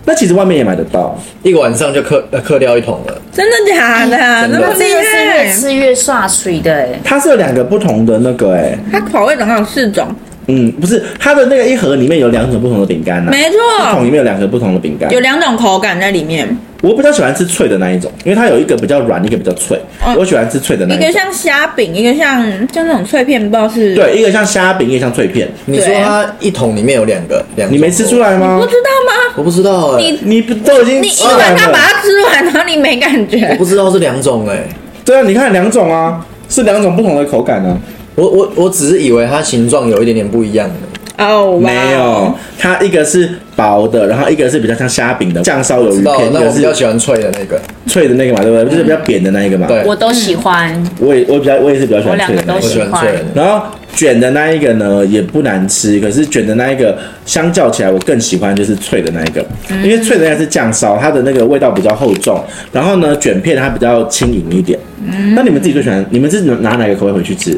A: 那其实外面也买得到，
B: 一个晚上就克呃克掉一桶了。
C: 真的假的
A: 哎
C: 啊？
B: 真
C: 那
B: 的
C: 么
D: 这个是越
C: 厉害？
D: 吃越刷水的哎、
A: 它是有两个不同的那个哎、
C: 它口味总共有四种，
A: 嗯，不是它的那个一盒里面有两种不同的饼干呢、啊
C: 没错，
A: 一桶里面有两个不同的饼干
C: 有，两种口感在里面，
A: 我比较喜欢吃脆的那一种，因为它有一个比较软，一个比较脆。
C: 嗯
A: 我喜欢吃脆的那
C: 一个
A: 一种，
C: 像虾饼，一个像像那种脆片，不知道是。
A: 对，一个像虾饼，一个像脆片。
B: 你说它一桶里面有两个，两
A: 你没吃出？来吗
C: 不？知道吗？
B: 我不知道哎、
C: 你
A: 你不哎都已经
C: 你
A: 吃
C: 一
A: 完
C: 晚上把
A: 了？
C: 它吃完，然后你没感
B: 我
C: 觉，
B: 不知道是两种哎、
A: 对啊，你看两种啊，是两种不同的口感啊呢、
B: 我我我只是以为它形状有一点点不一样的，
C: 哦，哇
A: 没有，它一个是薄的，然后一个是比较像虾饼的酱烧鱿
B: 知
A: 鱼
B: 道？
A: 片，
B: 那
A: 一
B: 我
A: 个
B: 比较
A: 是
B: 喜欢脆的那个，
A: 脆的那个嘛，对不对？就是比较扁的那一个嘛。
B: 对，
D: 我都喜欢。
A: 我也我比较我也是比较喜
D: 我
A: 欢
D: 两
A: 脆
D: 个
A: 的那一个
D: 都
B: 我。喜欢脆的。
A: 然后卷的那一个呢也不难吃，可是卷的那一个相较起来，我更喜欢就是脆的那一个，
B: 嗯
A: 因为脆的那个是酱烧，它的那个味道比较厚重，然后呢卷片它比较轻盈一点。
B: 嗯
A: 那你们自己最喜欢，你们是拿哪个口味回去吃？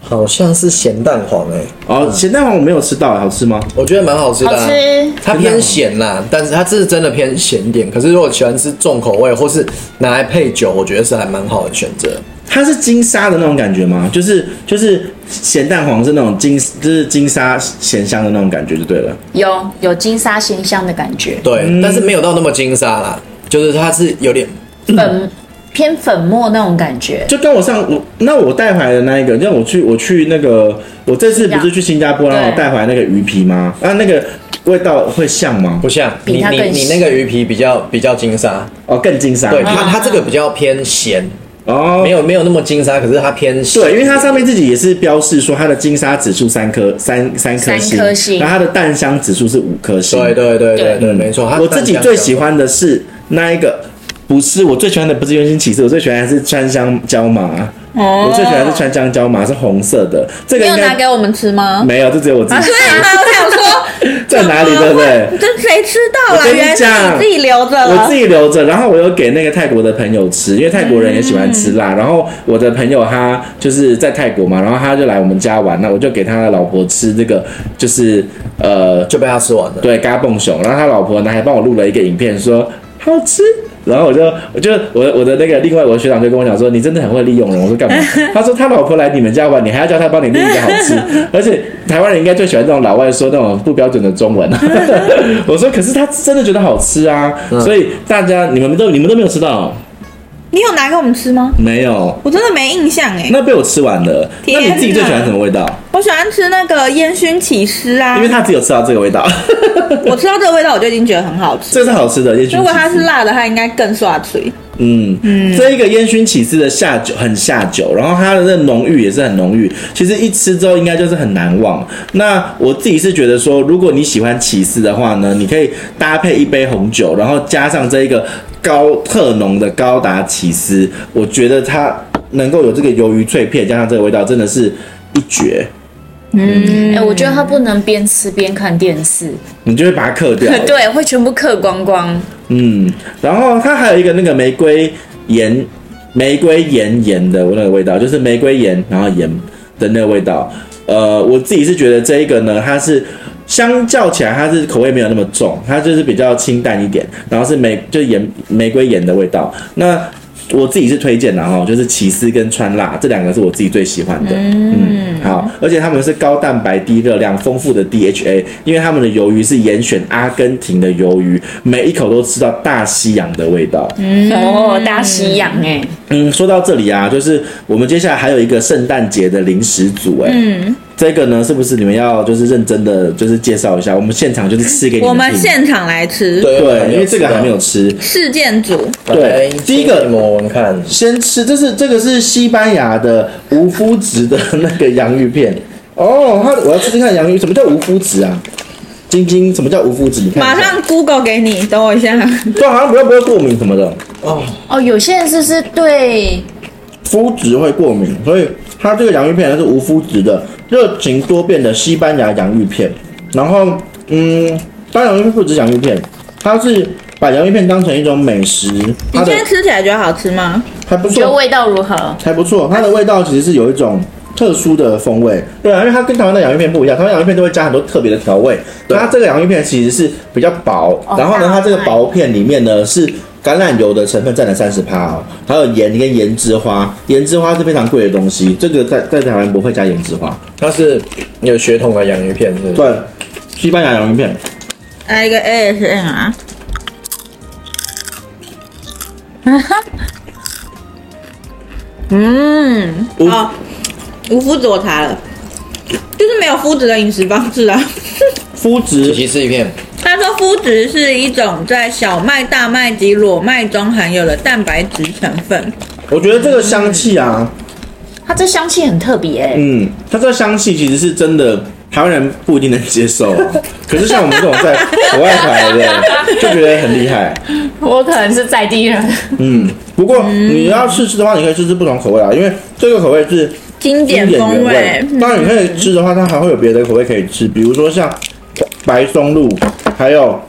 B: 好像是咸蛋黄哎、
D: 嗯
A: 哦，咸蛋黄我没有吃到，好吃吗？
B: 我觉得蛮好吃的、啊，
D: 好吃
B: 它偏咸啦，但是它这是真的偏咸点。可是如果喜欢吃重口味或是拿来配酒，我觉得是还蛮好的选择。
A: 它是金沙的那种感觉吗？就是就是咸蛋黄是那种金，就是金沙咸香的那种感觉就对了。
D: 有有金沙鲜香的感觉，
B: 对，
A: 嗯
B: 但是没有到那么金沙啦，就是它是有点
D: 粉偏粉末那种感觉。
A: 就跟我上我那我带回来的那一个，像我去我去那个，我这次不是去新加坡，
D: 新加
A: 然后我
D: 对
A: 带回来那个鱼皮吗？啊，那个味道会像吗？
B: 不像
D: 比
B: 你
D: 它
B: 你
D: 更
B: 你
D: 咸
B: 那个鱼皮比较比较金沙，
A: 哦，更金沙。
B: 对
D: 啊
B: 它它这个比较偏咸，
A: 哦
B: 没，有没有那么金沙，可是它偏咸。
A: 对，因为它上面自己也是标示说它的金沙指数三颗三三颗星，
D: 三颗星
A: 然后它的蛋香指数是五颗星。
B: 对对对对
D: 对
B: 对，没
C: 啊
B: 错。它
A: 我自己
B: 蛋香
A: 最
B: 香
A: 喜欢的是那一个。不是我最喜欢的，不是圆心起司，我最喜欢的是川香椒麻。
C: 哦
A: 我最喜欢的是川香椒麻，是红色的。这
C: 你
A: 个应
C: 有拿
A: 该
C: 给我们吃吗？
A: 没有，这只有我自己
C: 啊，
A: 吃
C: 对。啊，我想 说
A: 在哪里， 对不对？
C: 这谁吃到
A: 我
C: 了？
A: 跟你
C: 原来是
A: 讲
C: 你自己留着
A: 我自
C: 了。
A: 己留着，然后我有给那个泰国的朋友吃，
C: 嗯
A: 因为泰国人也喜欢吃辣。然后我的朋友他就是在泰国嘛，然后他就来我们家玩，那我就给他的老婆吃这个，就是呃，
B: 就被它吃完了。
A: 对，嘎蹦熊。然后他老婆呢还帮我录了一个影片说好吃。然后我就，我就我我的那个另外我的学长就跟我讲说，你真的很会利用人。我说干嘛？他说他老婆来你们家玩，你还要叫他帮你录一个好吃，而且台湾人应该最喜欢这种老外说那种不标准的中文。 我说可是他真的觉得好吃啊，
B: 嗯
A: 所以大家你们都你们都没有吃到，
C: 你有拿给我们吃吗？
A: 没有，
C: 我真的没印象哎。
A: 那被我吃完了。那你自己最喜欢什么味道？
C: 我喜欢吃那个烟熏起司啊
A: 因为，他只有吃到这个味道，
C: 我吃到这个味道我就已经觉得很好吃。
A: 这是好吃的。也许
C: 如果它是辣的，它应该更刷嘴。
A: 嗯，这一个烟熏起司的下酒很下酒，然后它的那浓郁也是很浓郁。其实一吃之后应该就是很难忘。那我自己是觉得说，如果你喜欢起司的话呢，你可以搭配一杯红酒，然后加上这一个高特浓的高达起司，我觉得它能够有这个鱿鱼脆片加上这个味道，真的是一绝。
D: 哎、我觉得它不能边吃边看电视，。
A: 你就会把它克掉
D: 对，会全部嗑光光。
A: 嗯，然后它还有一个那个玫瑰盐，玫瑰盐盐的那个味道，就是玫瑰盐然后盐的那个味道。呃，我自己是觉得这一个呢，它是相较起来，它是口味没有那么重，它就是比较清淡一点，然后是玫就盐玫瑰盐的味道。那我自己是推荐的哈，就是起司跟川辣这两个是我自己最喜欢的。嗯好，而且他们是高蛋白、低热量、丰富的 DHA，因为他们的鱿鱼是严选阿根廷的鱿鱼，每一口都吃到大西洋的味道。
D: 哦，大西洋哎、
A: 嗯，说到这里啊，就是我们接下来还有一个圣诞节的零食组、哎、
C: 嗯，
A: 这个呢是不是你们要就是认真的就是介绍一下？我们现场就是吃给你
C: 我
A: 们
C: 们
A: 听。
C: 现场来吃
A: 对，因为这个还没有
B: 吃
A: 吃。
C: 事件组，
B: 到。
A: 对
B: 来
A: 第一个
B: 你们闻看，
A: 先吃，这是这个是西班牙的无麸质的那个洋芋片哦，它我要吃吃看洋芋，什么叫无麸质啊？晶晶，什么叫无麸质？你看一下
C: 马上 Google 给你，等我一下。
A: 对， 啊好像不要不会过敏什么的，
B: 哦，
D: 哦，有些人是不是对
A: 麸质会过敏，所以它这个洋芋片它是无麸质的，热情多变的西班牙洋芋片。然后，嗯，当然洋芋片不止洋芋片，它是把洋芋片当成一种美食，
C: 你
A: 它的
C: 现在吃起来觉得好吃吗？
A: 还不
D: 觉得
A: 错，
D: 味道如何？
A: 还不错，它的味道其实是有一种特殊的风味。对啊，因为它跟台湾的洋芋片不一样，台湾洋芋片都会加很多特别的调味。它这个洋芋片其实是比较薄，然后呢，它这个薄片里面呢是橄榄油的成分占了三十趴哦，还有盐跟盐之花，盐之花是非常贵的东西，这个在在台湾不会加盐之花。
B: 它是有血统的洋芋片，是不是
A: 对，西班牙洋芋片，
C: 来一个 ASMR。嗯，
A: 无
C: 哦，无麸子我查了，就是没有麸子的饮食方式啊。
A: 麸
B: 仔
A: 质
B: 细吃一片，哎
C: 他说，麸质是一种在小麦、大麦及裸麦中含有的蛋白质成分。
A: 我觉得这个香气啊，
D: 它这香气很特别、欸，
A: 嗯，它这个香气其实是真的，台湾人不一定能接 受、啊。可是像我们这种在国外回来的，就觉得很厉害。
D: 我可能是在地人，
A: 嗯，不过你要试吃的话，你可以试试不同口味啊，因为这个口味是
C: 经
A: 经
C: 典
A: 典
C: 风
A: 原味
C: 味，。嗯
A: 当然你可以吃的话，它还会有别的口味可以吃，比如说像白松露，还有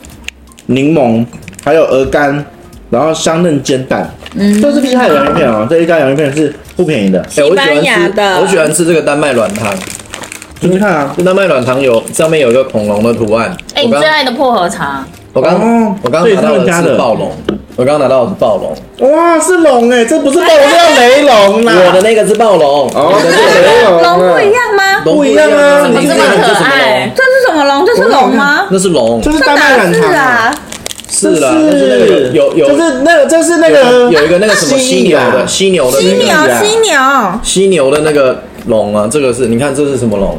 A: 柠檬，还有鹅肝，然后香嫩煎蛋，嗯，都是厉害的洋芋片哦。这一家洋芋片是不便宜的，
B: 哎我喜
C: 西班
B: 欢
C: 牙
B: 吃，
C: 的
B: 我喜欢吃这个丹麦软糖。
C: 嗯
A: 你看啊，
B: 这丹麦软糖有上面有一个恐龙的图案。
D: 哎、
B: 我
D: 你
B: 刚
D: 最爱的薄荷茶，
B: 我刚、
A: 哦
B: 我刚
A: 这也
B: 拿
A: 是他
B: 到
A: 们
B: 的
A: 家的
B: 是暴龙，我刚拿到的是暴龙，
A: 哇，是龙哎、这不是暴龙，这叫雷龙啦。
B: 我的那个是暴龙，
A: 哦，
B: 我的
A: 龙
C: 龙不一，样吗？
B: 龙
A: 不一样啊
B: 你
A: 你
B: 这
A: 这
B: 个
A: 么
B: 龙是什
D: 可
B: 么龙
D: 爱？
C: 这是什么龙？这是龙吗？
B: 那是龙，
A: 这是
C: 这
A: 大麦
C: 哪
A: 软
C: 是
A: 糖
C: 啊？？
B: 是啦，但是那个有有有
A: 就是那个，这是那个
B: 有有一个那个 什么犀牛
A: 啊
B: 的犀牛的
C: 犀
B: 那
C: 牛啊
B: 个
A: 这个，
C: 犀牛，
B: 犀牛的那个龙啊，这个是你看这是什么龙？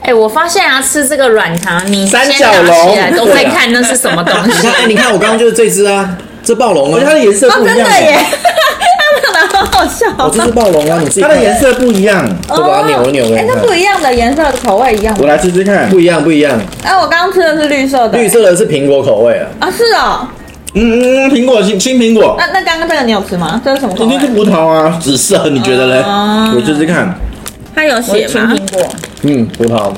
D: 哎、我发现啊，吃这个软糖，你
A: 三
D: 先
A: 角
D: 拿
A: 龙
D: 起来都
B: 对
D: 在
B: 啊
D: 看那是什么东
B: 你
D: 西。
B: 看哎，你看我刚刚就是这只啊，这暴龙
A: 而且它的
B: 啊，
A: 颜色
C: 哦
A: 不一样，
C: 他们好好笑哦。
B: 我这是暴龙啊，你自己
A: 它
B: 看
A: 的颜色不一样。
B: 都把它扭一扭给
C: 哎，
B: 你
C: 那不
B: 看，
C: 一样的颜色的口味一样吗
A: 我。来试试看
B: 不。一样不一样，
C: 哎，我刚刚吃的是绿色的。
B: 绿色的是苹果口味啊，
C: 啊，是哦。
A: 嗯嗯，嗯，苹果青青苹果，
C: 那那刚刚这个你有吃吗？这是什么口
A: 肯定是
C: 味？
A: 葡萄啊，紫色，你觉得嘞
C: 哦？
A: 我试试看。
C: 它有
D: 我
C: 写
D: 青
C: 吗？
D: 苹果。
B: 嗯，葡萄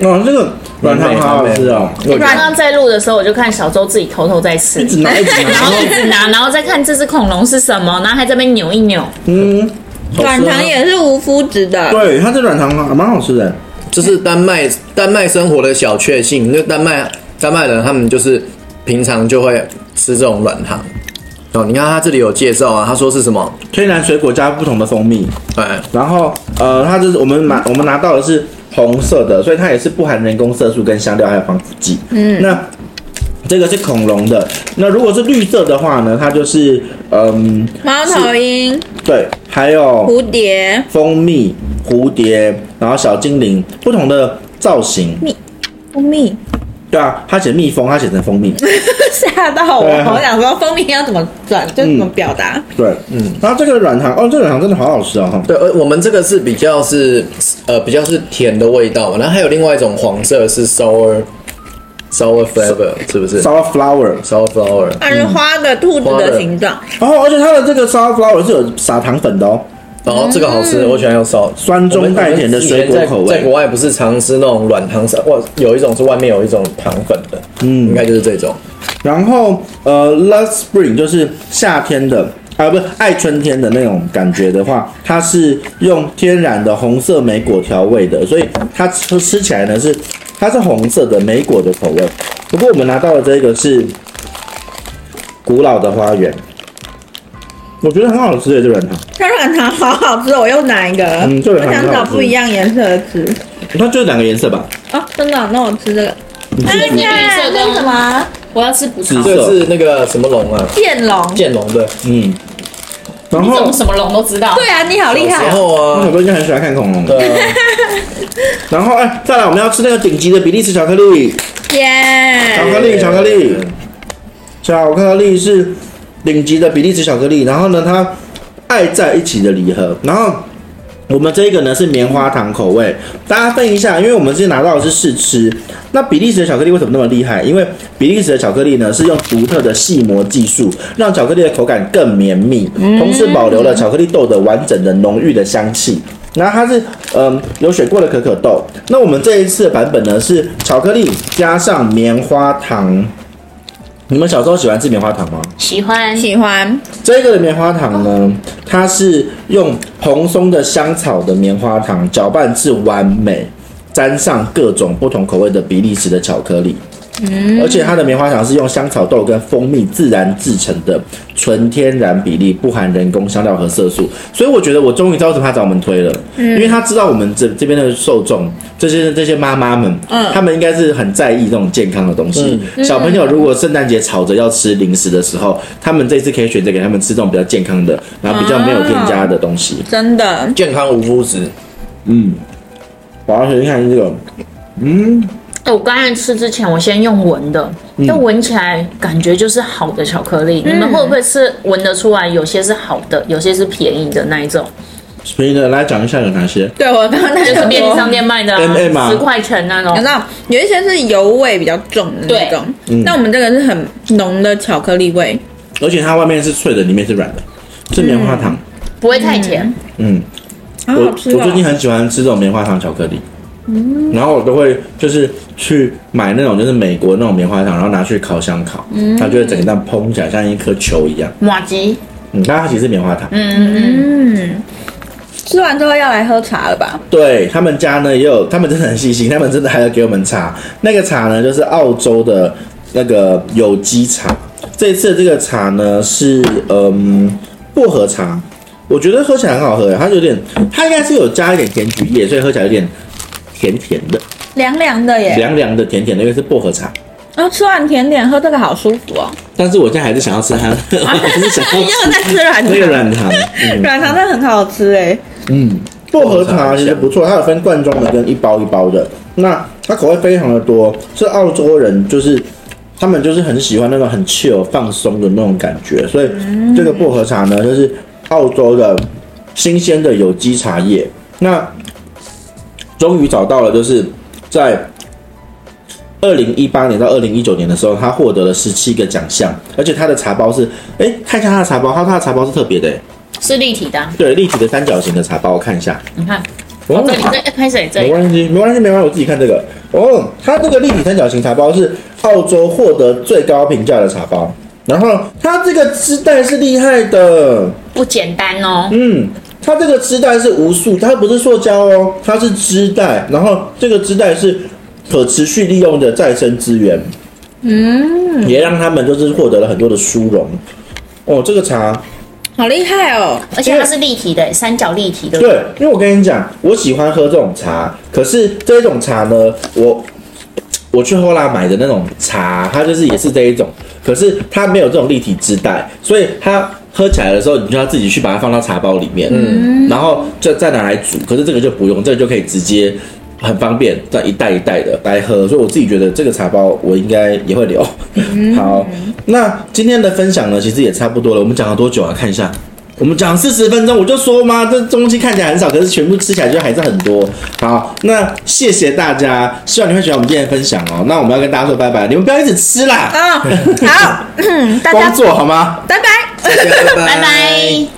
A: 哦，这个软糖好好吃哦，
B: 啊我觉
D: 哎刚
B: 得
D: 刚在录的时候，我就看小周自己偷偷在吃
A: 一，直拿一直拿
D: 然，后一直拿，然后再看这只恐龙是什么，然后还在那边扭一扭。
A: 嗯，
B: 好吃啊
C: 软糖也是无麸质的。
A: 对，它这软糖还蛮好吃的。
B: 这是丹麦丹麦生活的小确幸，那丹麦丹麦人他们就是平常就会吃这种软糖。哦，你看他这里有介绍啊，他说是什么？
A: 天然水果加不同的蜂蜜，
B: 哎，
A: 然后呃，它就是我们买我们拿到的是红色的，所以它也是不含人工色素跟香料还有防腐剂。嗯，那这个是恐龙的，那如果是绿色的话呢，它就是嗯
C: 猫头鹰、
A: 对，还有
C: 蝴蝶，
A: 蜂蜜、蝴蝶，然后小精灵不同的造型。
C: 蜂蜜，
A: 对啊，它写蜜蜂，它写成蜂蜜。
C: 吓到我！
A: 对啊
C: 我想说蜂蜜要怎么转，就怎么表达。
A: 对，嗯，然后这个软糖，哦，这个软糖真的好好吃哦，哈
B: 对，呃，我们这个是比较是呃比较是甜的味道嘛，然后还有另外一种黄色是 sour sour flavor，是不是
A: sour flower。
B: sour flower？
C: 它是花的兔子
B: 花
C: 的
B: 的
C: 形状，
A: 然后，而且它的这个 sour flower 是有撒糖粉的哦。
B: 然后这个好吃，我喜欢用 sour。
A: 嗯酸中带甜的水果口味
B: 我们以前在在国外不是常吃那种软糖沙，哇，有一种是外面有一种糖粉的，嗯，应该就是这种。
A: 然后，呃，love spring 就是夏天的。啊，不是爱春天的那种感觉的话，它是用天然的红色莓果调味的，所以它吃吃起来呢是它是红色的莓果的口味。不过我们拿到的这个是古老的花园，我觉得很好吃的这软糖。
C: 它软糖好好吃哦，我又拿一个了。
A: 嗯这个
C: 我
A: 软糖
C: 想
A: 很
C: 找
A: 好吃
C: 不一样颜色的吃。
A: 它就是两个颜色吧，
C: 哦，真的哦，那我吃这个。
A: 嗯
C: 哎，你看这是什么？啊
D: 我要吃葡
A: 紫
D: 萄，
B: 这个
A: 色，
B: 是那个什么龙啊？
C: 剑龙。
B: 剑龙对。
A: 嗯。然
D: 你怎
A: 后
D: 么什么龙都知道？
C: 对啊，你好厉害
B: 然
C: 哦。
B: 后
A: 我小
B: 啊，
A: 哥就很喜欢看恐龙，
B: 对啊，
A: 然后哎，再来我们要吃那个顶级的比利时巧克力，巧克
C: 耶！
A: 力，巧克力，巧克力是顶级的比利时巧克力。然后呢，它爱在一起的礼盒。然后我们这个呢是棉花糖口味，大家分一下，因为我们之前拿到的是试吃。那比利时的巧克力为什么那么厉害？因为比利时的巧克力呢是用独特的细磨技术，让巧克力的口感更绵密，同时保留了巧克力豆的完整的浓郁的香气。然后它是嗯有选过的可可豆。那我们这一次的版本呢是巧克力加上棉花糖，你们小时候喜欢吃棉花糖吗？
D: 喜欢
C: 喜欢
A: 这个的棉花糖呢，它是用蓬松的香草的棉花糖搅拌至完美，沾上各种不同口味的比利时的巧克力。嗯，而且它的棉花糖是用香草豆跟蜂蜜自然制成的，纯天然比例，不含人工香料和色素。所以我觉得我终于知道为什么他找我们推了，因为他知道我们这这边的受众，这些这些妈妈们，
C: 嗯
A: 他们应该是很在意这种健康的东西。
B: 嗯
A: 小朋友如果圣诞节吵着要吃零食的时候，他们这次可以选择给他们吃这种比较健康的，然后比较没有添加的东西。
C: 真的，
B: 健康无麸质，
A: 嗯，我要先看这个，嗯，
D: 哎我刚才吃之前，我先用闻的，但闻起来感觉就是好的巧克
A: 嗯
D: 力。你们会不会是闻得出来？有些是好的，有些是便宜的那一种，
A: 嗯所以呢，来讲一下有哪些。
C: 对我刚刚那
D: 就是便利商
C: 说。
D: 店卖的、啊
A: MM 啊
D: 十块钱那
C: 你知
D: 种。
C: 道有一些是油味比较重的那种，
A: 嗯
C: 那我们这个是很浓的巧克力味，
A: 而且它外面是脆的，里面是软的，是棉花糖。
D: 不会太甜，
A: 嗯，
C: 好
A: 我
C: 好
A: 我
C: 吃哦
A: 最。近很喜欢吃这种棉花糖巧克力。嗯，然后我都会就是去买那种就是美国那种棉花糖，然后拿去烤箱烤，
C: 嗯
A: 它就会整个蛋蓬起来，像一颗球一样。
D: 马吉，
A: 嗯，但它其实是棉花糖。
C: 嗯，吃完之后要来喝茶了吧？
A: 对他们家呢也有，他们真的很细心，他们真的还要给我们茶。那个茶呢，就是澳洲的那个有机茶。这次的这个茶呢是嗯薄荷茶，我觉得喝起来很好喝耶，它有点，它应该是有加一点甜菊叶，所以喝起来有点甜甜的，
C: 凉凉的耶，
A: 凉凉的甜甜的，因为是薄荷茶。
C: 然后吃完甜点喝这个好舒服哦。
A: 但是我现在还是想要吃 它，我还是想要
C: 又在吃软
A: 那个
C: 糖，
A: 软糖。嗯
C: 软糖真的很好吃哎，
A: 嗯，薄荷茶其实不错，它有分罐装的跟一包一包的。那它口味非常的多，是澳洲人就是他们就是很喜欢那种很 chill 放松的那种感觉，所以这个薄荷茶呢，就是澳洲的新鲜的有机茶叶。那终于找到了，就是在二零一八年到二零一九年的时候，他获得了十七个奖项，而且他的茶包是，哎，看一下他的茶包，他他的茶包是特别的，诶
D: 是立体的啊、
A: 对，立体的三角形的茶包，我看一下。
D: 你看，
A: 哦
D: 这里这哎拍谁这
A: 没
D: 里？
A: 关系，没关系，没关系，我自己看这个。哦，它这个立体三角形茶包是澳洲获得最高评价的茶包，然后它这个织带是厉害的，
D: 不简单哦，
A: 嗯，它这个织带是无数，它不是塑胶哦，它是织带，然后这个织带是可持续利用的再生资源，嗯，也让他们就是获得了很多的殊荣。哦，这个茶
C: 好厉害哦！
D: 而且它是立体的，三角立体的。
A: 对，因为我跟你讲，我喜欢喝这种茶，可是这种茶呢，我我去后拉买的那种茶，它就是也是这一种，可是它没有这种立体支带，所以它喝起来的时候，你就要自己去把它放到茶包里面，嗯，然后就再拿来煮。可是这个就不用，这个就可以直接。很方便，这样一袋一袋的来喝，所以我自己觉得这个茶包我应该也会留。
C: 嗯
A: 好，那今天的分享呢，其实也差不多了。我们讲了多久啊？看一下，我们讲四十分钟，我就说嘛，这东西看起来很少，可是全部吃起来就还是很多。好，那谢谢大家，希望你会喜欢我们今天的分享哦。那我们要跟大家说拜拜，你们不要一直吃啦，
C: 啊、好，大家
A: 工作好吗？
C: 拜拜。
B: 大家拜拜
D: 拜拜。